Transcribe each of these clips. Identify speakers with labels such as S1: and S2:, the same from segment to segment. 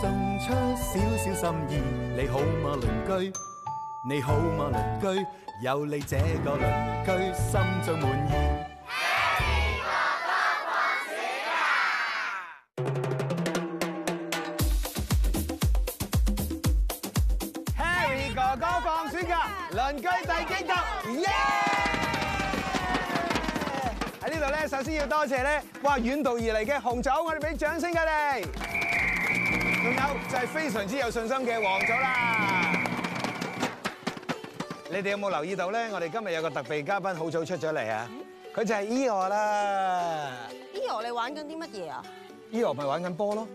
S1: 送出少少心意，你好嗎鄰居？你好嗎鄰居？有你這個鄰居，心中滿意。
S2: 聽見哥哥放暑假，Harry 哥哥放暑假，鄰居第幾集？喺呢度咧，首先要多謝咧，哇遠道而嚟嘅紅組，我哋俾掌聲佢哋。仲有就係非常之有信心嘅黃組啦！你哋有冇留意到咧？我哋今日有個特別嘉賓好早出咗嚟啊！佢就係 Eo 啦。
S3: Eo，你玩緊啲乜嘢啊
S2: ？Eo 咪玩緊波咯。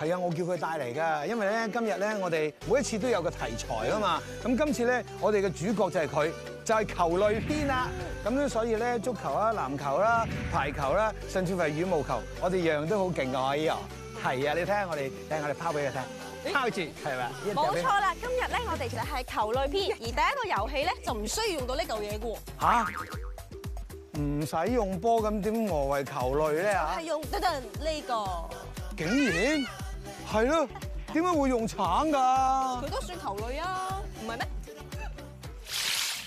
S2: 係啊，我叫佢帶嚟㗎，因為咧今日咧我哋每一次都有個題材啊嘛。咁今次咧我哋嘅主角就係佢，就係球類篇啦。咁咧所以咧足球啦、籃球啦、排球啦，甚至乎係羽毛球，我哋樣樣都好勁㗎，Eo。係啊，你睇下我哋，睇下我哋拋俾佢聽，拋住係咪？啊
S3: 冇錯啦，今日咧我哋就係球類篇，而第一個遊戲咧就唔需要用到呢嚿嘢嘅喎。
S2: 嚇！唔使用波咁點何為球類咧嚇？
S3: 係用等等呢個。
S2: 竟然係咯？點解會用橙㗎？
S3: 佢都算球類啊，唔係咩？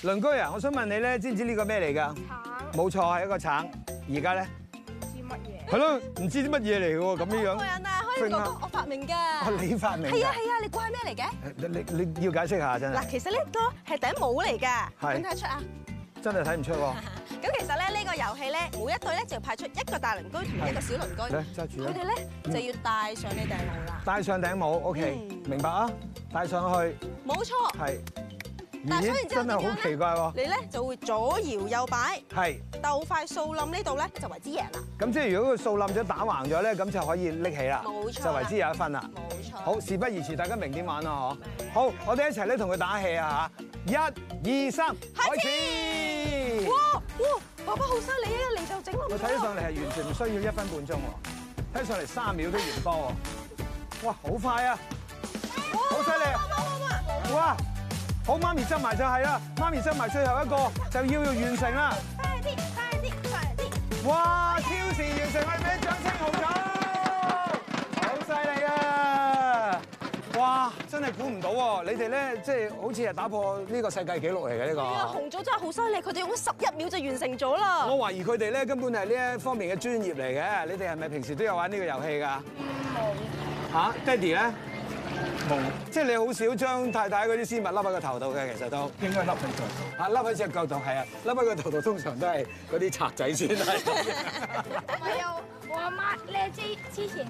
S2: 鄰居啊，我想問你咧，知唔知呢個咩嚟㗎？
S3: 橙。
S2: 冇錯，係一個橙。而家咧？
S3: 知乜嘢？
S2: 係咯，唔知啲乜嘢嚟嘅喎，咁樣樣。
S3: 個人啊，可以講講我發明㗎。
S2: 哦，你發明㗎？
S3: 係啊係啊，你估係咩嚟嘅？
S2: 你你你要解釋下真係
S3: 嗱，，其實呢個係頂帽嚟㗎，
S2: 係
S3: 點睇得出啊？
S2: 真係睇唔出喎。
S3: 咁其實咧呢個遊戲咧，每一隊咧就要派出一個大鄰居同一個小鄰居，
S2: 嚟揸住
S3: 佢
S2: 啦，
S3: 哋咧就要戴上呢頂帽啦。
S2: 戴上頂帽，OK，
S3: 嗯
S2: 明白啊？戴上去
S3: 冇錯，
S2: 係。
S3: 戴上
S2: 咦
S3: 完之後
S2: 真係好奇怪喎。
S3: 你咧就會左搖右擺。
S2: 係。
S3: 鬥快掃冧呢度咧就為之贏啦，
S2: 咁即係如果佢掃冧咗打橫咗咧，咁就可以拎起啦，
S3: 冇錯啦
S2: 就為之有一分啦。
S3: 冇錯。
S2: 好，事不宜遲，大家明點玩啦，嗬。好，我哋一齊咧同佢打氣啊嚇！一、二、三，
S3: 開
S2: 開
S3: 始
S2: 始！
S3: 哇哇，爸爸好犀利啊！嚟就整冧
S2: 我睇起上嚟係完全唔需要一分半鐘喎，睇上嚟三秒都完波喎。哇，好快啊！好犀利啊哇，好媽咪執埋就係啦，媽咪執埋最後一個就要完成啦。
S3: 快啲，快啲，快啲！
S2: 哇！超時完成，我哋俾啲掌聲豪總，好犀利啊！哇！真係估唔到喎，你哋咧即係好似係打破呢個世界紀錄嚟嘅呢
S3: 啊，
S2: 個。
S3: 紅組真係好犀利，佢哋用咗十一秒就完成咗啦。
S2: 我懷疑佢哋咧根本係呢一方面嘅專業嚟嘅，你哋係咪平時都有玩呢個遊戲㗎？嚇，爹哋咧？嗯冇，即係你好少將太太嗰啲絲襪笠喺個頭度嘅，其實都應該笠喺度。啊，笠喺隻腳度係啊，笠喺個頭度通常都係嗰啲賊仔先 係。
S4: 我有我阿媽咧，即係之前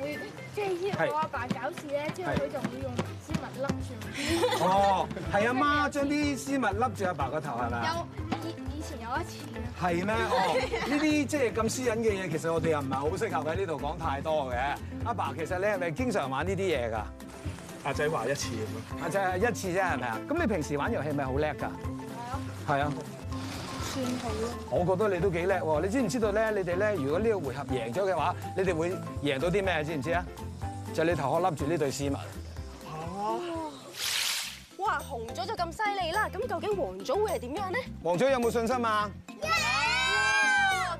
S4: 會會即係知道我阿爸搞事咧，之後佢就會用絲襪笠住。
S2: 哦，係阿媽將啲絲襪笠住阿爸個頭係咪啊？
S4: 有以以前有一次，
S2: 係咩？哦，呢啲即係咁私隱嘅嘢，其實我哋又唔係好適合喺呢度講太多嘅。阿爸，其實你係咪經常玩呢啲嘢㗎？
S5: 阿仔話一次咁咯，
S2: 啊，就係一次啫，係咪啊？咁你平時玩遊戲咪好叻㗎？係啊，
S4: 算好咯，
S2: 我覺得你都幾叻喎！你知唔知道咧？你哋咧，如果呢個回合贏咗嘅話，你哋會贏到啲咩？知唔知啊？就係你頭殼笠住呢對絲襪。
S3: 哇，紅組就咁犀利啦，咁究竟黃組會係點樣呢？
S2: 黃總有冇信心啊？
S3: 哇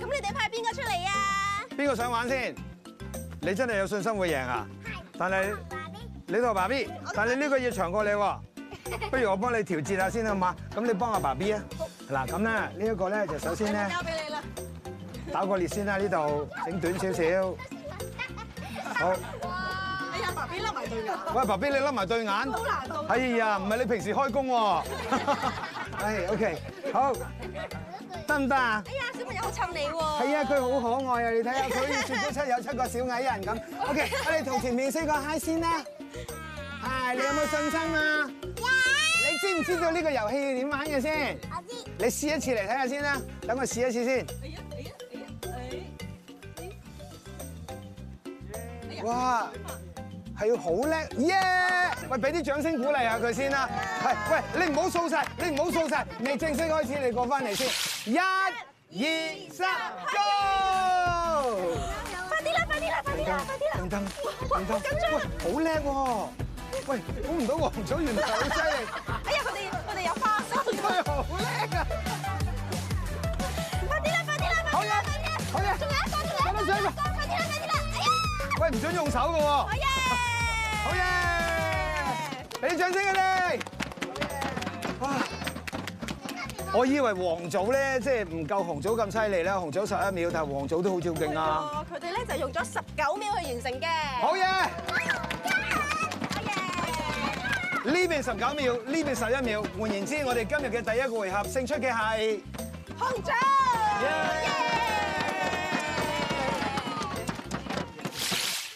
S3: 咁你哋派邊個出嚟啊？
S2: 邊個想玩先？你真係有信心會贏啊？但係你同爸 B，但係你呢個嘢長過你喎。不如我幫你調節下先好嘛？咁你幫阿爸 B 啊。嗱咁咧，呢一個咧就首先咧
S3: 交俾你啦。
S2: 打個裂先啦，呢度整短少少。好，
S3: 哎呀，爸比笠埋對眼，
S2: 喂爸 B，你笠埋對眼。
S3: 好難度。
S2: 哎呀，唔係你平時開工喎。 哎，OK，好，得唔得啊？
S3: 哎呀，小朋友好襯你喎。
S2: 係啊，佢好可愛啊！你睇下佢好似雪糕七有七個小矮人咁。OK，我哋同前面四個 hi 先啦。係，你有冇信心啊？你知唔知道呢個遊戲點玩嘅先？
S4: 我知
S2: 你試一次嚟睇下先啦，等我試一次先。
S3: 哎呀，哎呀，哎呀，哎。哎呀，
S2: 哇！係要好叻，耶！喂，俾啲掌聲鼓勵下佢先啦。係，喂，你唔好掃晒，你唔好掃晒，未正式開始，你過翻嚟先。一、二、三，Go！
S3: 快啲啦！快啲啦！快啲啦！快啲啦！
S2: 亮燈，亮燈，
S3: 啊
S2: 喂，好叻喎！喂，估唔到黃祖原來好犀利，
S3: 哎呀，佢哋佢哋有花生。
S2: 佢好叻啊！
S3: 快啲啦！快啲啦！
S2: 好啦，好啦，
S3: 仲有一個，仲有一個，
S2: 咁樣上
S3: 快啲啦！快啲啦！哎呀，
S2: 喂，唔准用手嘅喎。
S3: 好耶！
S2: 好嘢！俾啲掌聲佢哋。哇！我以為黃祖咧，即係唔夠紅祖咁犀利啦，紅祖十一秒，但係黃祖都好照勁啊！
S3: 佢哋咧就用咗十九秒去完成嘅。
S2: 好嘢！
S3: 好耶！
S2: 呢邊十九秒，呢邊十一秒。換言之，我哋今日嘅第一個回合勝出嘅係
S3: 紅掌。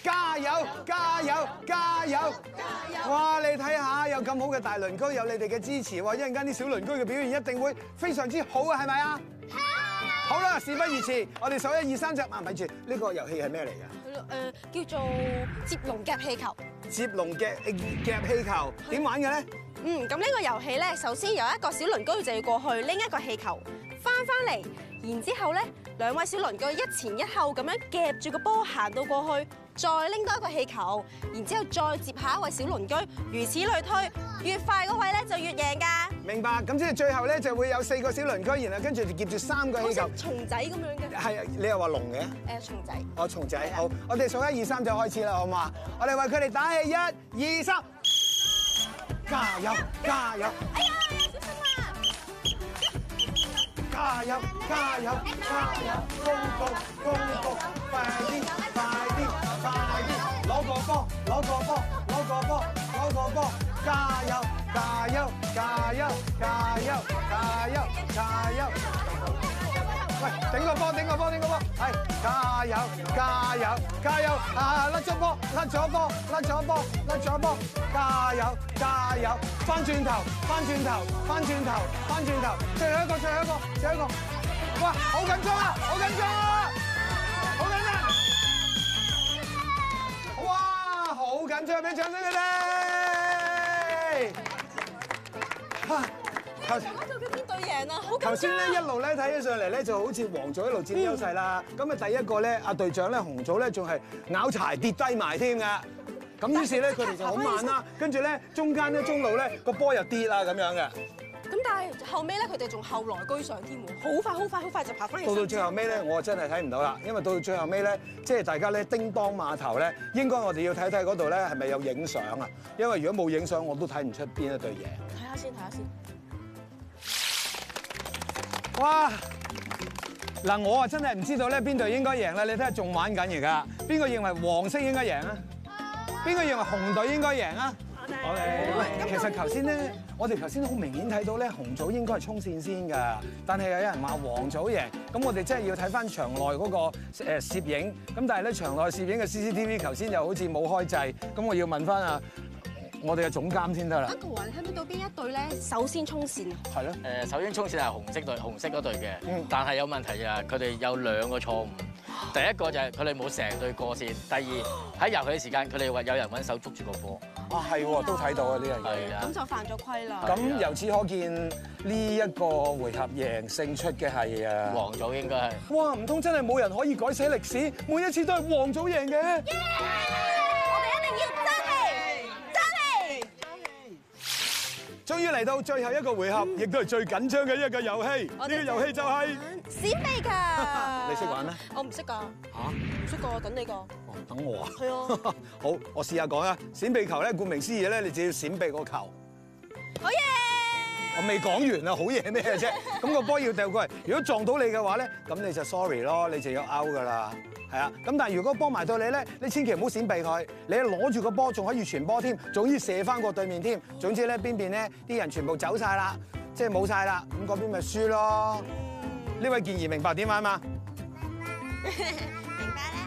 S2: 加油！加油！加油！哇！你睇下有咁好嘅大鄰居，有你哋嘅支持，哇！一陣間啲小鄰居嘅表現一定會非常之好啊，係咪啊？好啦，事不宜遲，我哋數一二三隻啊，咪住，呢個遊戲係咩嚟㗎？
S3: Ờ, 誒叫做接龍夾氣球。
S2: 接龍嘅夾氣球點玩嘅咧？
S3: 嗯，咁呢個遊戲咧，首先有一個小鄰居就要過去拎一個氣球，翻翻嚟，然之後咧，兩位小鄰居一前一後咁樣夾住個波行到過去，再拎多一個氣球，然之後再接下一位小鄰居，如此類推，越快嗰位咧就越贏㗎。
S2: 明白，咁即係最後咧就會有四個小鄰居，然後跟住就夾住三個
S3: 好
S2: 氣
S3: 似
S2: 球。
S3: 蟲仔咁樣嘅，
S2: 係啊，你又話龍嘅？
S3: 誒蟲仔。
S2: 我蟲仔，好，我哋數一二三就開始啦，好嘛？我哋為佢哋打氣，一、二、三，加油，加油，
S3: 哎呀，小心啊！
S2: 加油，加油，加油，高高高高，快啲，快啲，快啲，攞個波，攞個波，攞個波，攞個波，加油，加油，加油，加油，加油，加油！喂，頂個波，頂個波，頂個波，係加油，加油，加油！啊，甩咗波，甩咗波，甩咗波，甩咗波，加油，加油！翻轉頭，翻轉頭，翻轉頭，翻轉頭，最後一個，最後一個，最後一個！哇，好緊張啊，好緊張啊，好緊張！哇，好緊張，俾啲掌聲佢哋！嚇頭先
S3: 我到佢邊隊贏啊？好緊張啊
S2: 頭先咧一路咧睇起上嚟咧就好似黃組一路佔優勢啦。咁啊第一個咧阿隊長咧紅組咧仲係咬柴跌低埋添㗎。咁於是咧佢哋就好慢啦，跟住咧中間咧中路咧個波又跌啦咁樣嘅。
S3: 咁但係後尾咧，佢哋仲後來居上添喎，好快好快好快就爬翻起
S2: 到
S3: 身。
S2: 到最後尾咧，我真係睇唔到啦，因為到到最後尾咧，即係大家咧叮當碼頭咧，應該我哋要睇睇嗰度咧係咪有影相啊？因為如果冇影相，我都睇唔出邊一隊贏。
S3: 睇下先，睇下先。
S2: 哇！嗱，我啊真係唔知道咧邊隊應該贏啦。你睇下仲玩緊而家，邊個認為黃色應該贏啊？邊個認為紅隊應該贏啊？我哋喂，其實頭先咧，我哋頭先好明顯睇到咧，紅組應該係衝線先㗎，但係又有人話黃組贏，咁我哋真係要睇翻場內嗰個誒攝影。咁但係咧場內攝影嘅 CCTV 頭先又好似冇開掣，咁我要問翻啊我哋嘅總監先得啦。
S3: Uncle 你睇唔睇到邊一隊咧首先衝線啊？
S2: 係咯，
S6: 誒，首先衝線係紅色隊，紅色嗰隊嘅
S2: 嗯，
S6: 但係有問題就係佢哋有兩個錯誤。第一個就係佢哋冇成隊過線，第二喺遊戲時間佢哋話有人揾手捉住個波，
S2: 啊係喎，都睇到啊呢樣嘢。
S6: 係啊
S3: 咁，就犯咗規啦。
S2: 咁由此可見，呢一個回合贏勝出嘅係啊，
S6: 黃組應該係。
S2: 哇！唔通真係冇人可以改寫歷史，每一次都係黃組贏嘅。
S3: 我哋一定要爭氣，爭氣！
S2: 終於嚟到最後一個回合，亦都係最緊張嘅一個遊戲。呢
S3: 嗯我
S2: 個
S3: 哋
S2: 遊戲就係
S3: 閃避球。
S2: 你識玩咩？
S3: 我唔識㗎。
S2: 嚇
S3: 唔識㗎，等你㗎。
S2: 哦等我啊。
S3: 係啊。
S2: 好，我試下講啊。閃避球咧，顧名思義咧，你只要閃避個球。
S3: 好嘢！
S2: 我未講完啊，好嘢咩啫？ 咁個波要掉過嚟，如果撞到你嘅話咧，咁你就 sorry 咯，你就要 out 噶啦，係啊。咁但係如果波埋到你咧，你千祈唔好閃避佢，你攞住個波仲可以傳波添，總之射翻過對面添。總之咧邊邊咧啲人全部走晒啦，即係冇晒啦，咁嗰邊咪輸咯。呢位健兒明白點啊玩嘛？
S3: 明白啦。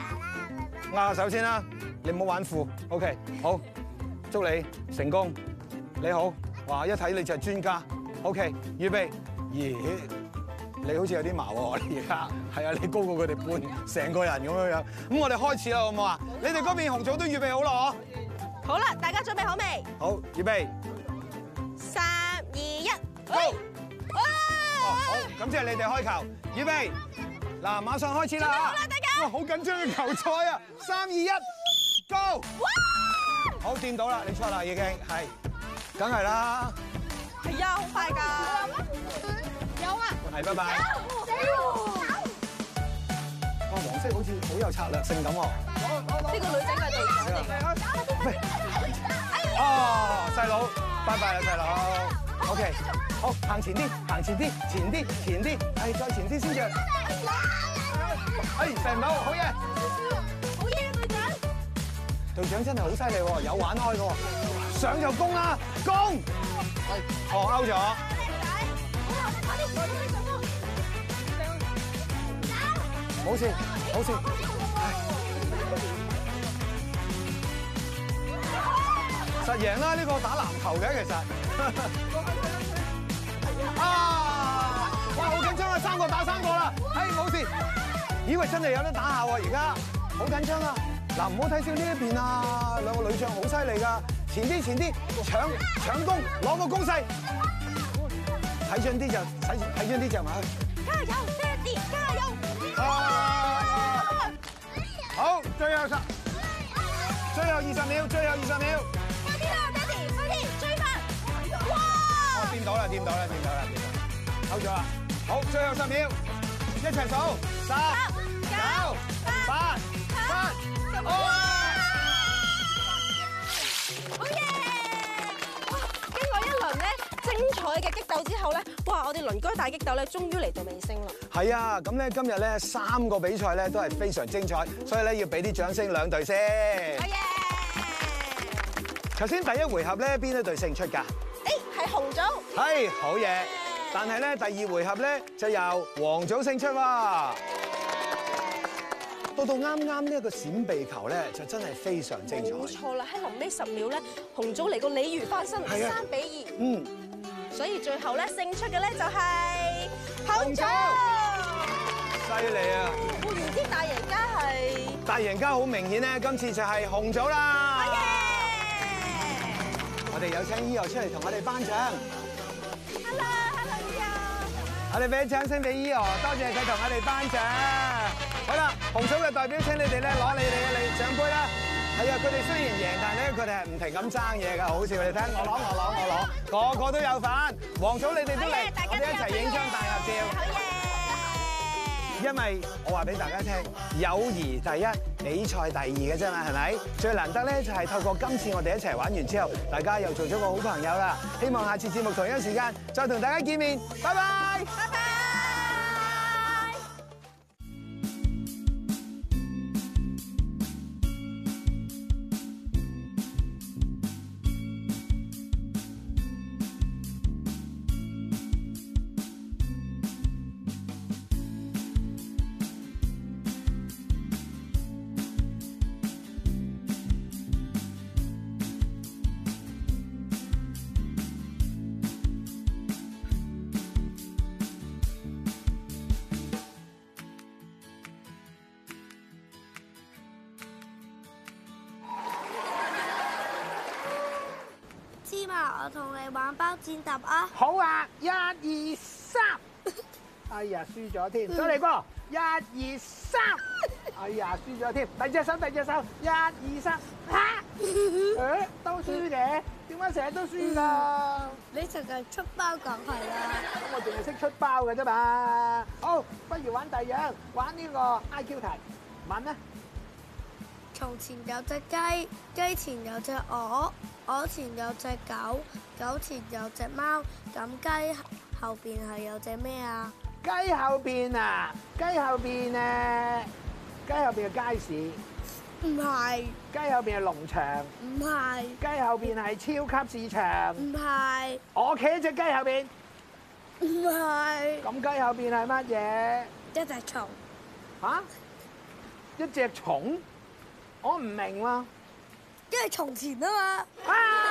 S2: 握下手先啦，你唔好玩負。OK，好，祝你成功。你好，哇，一睇你就係專家。OK，預備，咦，你好似有啲矛喎，你而家係啊，你高過佢哋半成個人咁樣樣。咁我哋開始啦，好唔好啊？你哋嗰邊紅組都預備好啦，
S3: 好啦，大家準備好未？
S2: 嗬？好，預備。
S3: 三二一，Go！
S2: 哦
S3: 哇
S2: 好，咁即係你哋開球，預備，嗱，馬上開始啦！哦
S3: 準備好啦大家
S2: 哇，好緊張嘅球賽啊！三二一，Go！
S3: 哇！
S2: 好，掂到啦，你出啦已經，係，梗係啦，
S3: 係啊，好快㗎！
S4: 有啊，
S2: 係，拜拜。
S4: 死喎！
S2: 哇，哦黃色好似好有策略性咁喎。
S3: 呢個女仔嘅地長嚟㗎。
S2: 喂，啊哦，細佬，拜拜啦，細佬。OK，好，行前啲，行前啲，前啲，前啲，係再前啲先至。哎，成到，好嘢！
S4: 好嘢，隊長！
S2: 隊長真係好犀利喎，有玩開嘅喎。上就攻啦，攻！哦，勾咗。冇事，冇事。實贏啦！呢個打籃球嘅其實。 啊！哇，好緊張啊！三個打三個啦，係冇事。以為真係有得打下喎，而家好緊張啊！嗱，唔好睇少呢一邊啊，兩個女將好犀利㗎，前啲前啲，搶搶攻，攞個攻勢，睇準啲就睇睇準啲就埋去。
S3: 加油，爹哋，加油！
S2: 啊！好，最後十，最後二十秒，最後二十秒。
S3: 快啲啦，爹哋，快啲追翻！
S2: 我
S3: 哇！
S2: 掂到啦，掂到啦，掂到啦，掂到啦，唞咗啦。好，最後十秒，一齊數，十、九、八、七、六。
S3: 好嘢！哇，經過一輪咧精彩嘅激鬥之後咧，哇！我哋鄰居大激鬥咧，終於嚟到尾聲啦。
S2: 係啊，咁咧今日咧三個比賽咧都係非常精彩，所以咧要俾啲掌聲兩隊先。
S3: 好嘢！
S2: 頭先第一回合咧邊一隊勝出㗎？
S3: 誒，係紅組。
S2: 係好嘢，但係咧第二回合咧就由黃組勝出喎。到到啱啱呢一個閃避球咧，就真係非常精
S3: 冇
S2: 彩。
S3: 錯啦，喺臨尾十秒咧，紅組嚟個鯉魚翻身，
S2: 係啊
S3: 三比二。
S2: 嗯。
S3: 所以最後咧勝出嘅咧就係紅
S2: 紅
S3: 組
S2: 組。犀利啊！
S3: 換言之，大贏家係。
S2: 大贏家好明顯咧，今次就係紅組啦。我哋有請 E.O. 出嚟同我哋頒獎，我哋俾啲掌聲俾 E.O. 多謝佢同我哋頒獎。好啦，紅組嘅代表請你哋咧攞你哋嘅獎杯啦。係啊，佢哋雖然贏，但係咧佢哋係唔停咁爭嘢㗎，好似我哋聽我攞我攞我攞，個個都有份。黃組你哋都嚟，我哋一齊影張大合照。因為我話俾大家聽，友誼第一，比賽第二嘅啫嘛，係咪？最難得咧就係透過今次我哋一齊玩完之後，大家又做咗個好朋友啦。希望下次節目同一時間再同大家見面，拜拜。
S7: 芝麻，我同你玩包剪揼啊！
S8: 好啊，一二三，哎呀，輸咗添，再嚟過，一二三，哎呀，輸咗添，第隻手，第隻手，一二三，嚇，誒，都輸嘅，點解成日都輸㗎？
S7: 你就係出包講係啦，
S8: 咁我淨係識出包嘅啫嘛。好，不如玩第二樣，玩呢個 I Q 題，問啦。
S7: 從前有隻雞，雞前有隻鵝，鵝前有隻狗，狗前有隻貓，咁雞後邊係有隻咩啊？
S8: 雞後邊啊，雞後邊誒，雞後邊係街市，
S7: 唔係，
S8: 雞後邊係農場，
S7: 唔係，
S8: 雞後邊係超級市場。
S7: 唔係，
S8: 我企喺只雞後邊。
S7: 唔係，
S8: 咁雞後邊係乜嘢？
S7: 一隻蟲，
S8: 嚇、一隻蟲？我唔明喎。
S7: 因為從前啊嘛。
S8: 啊！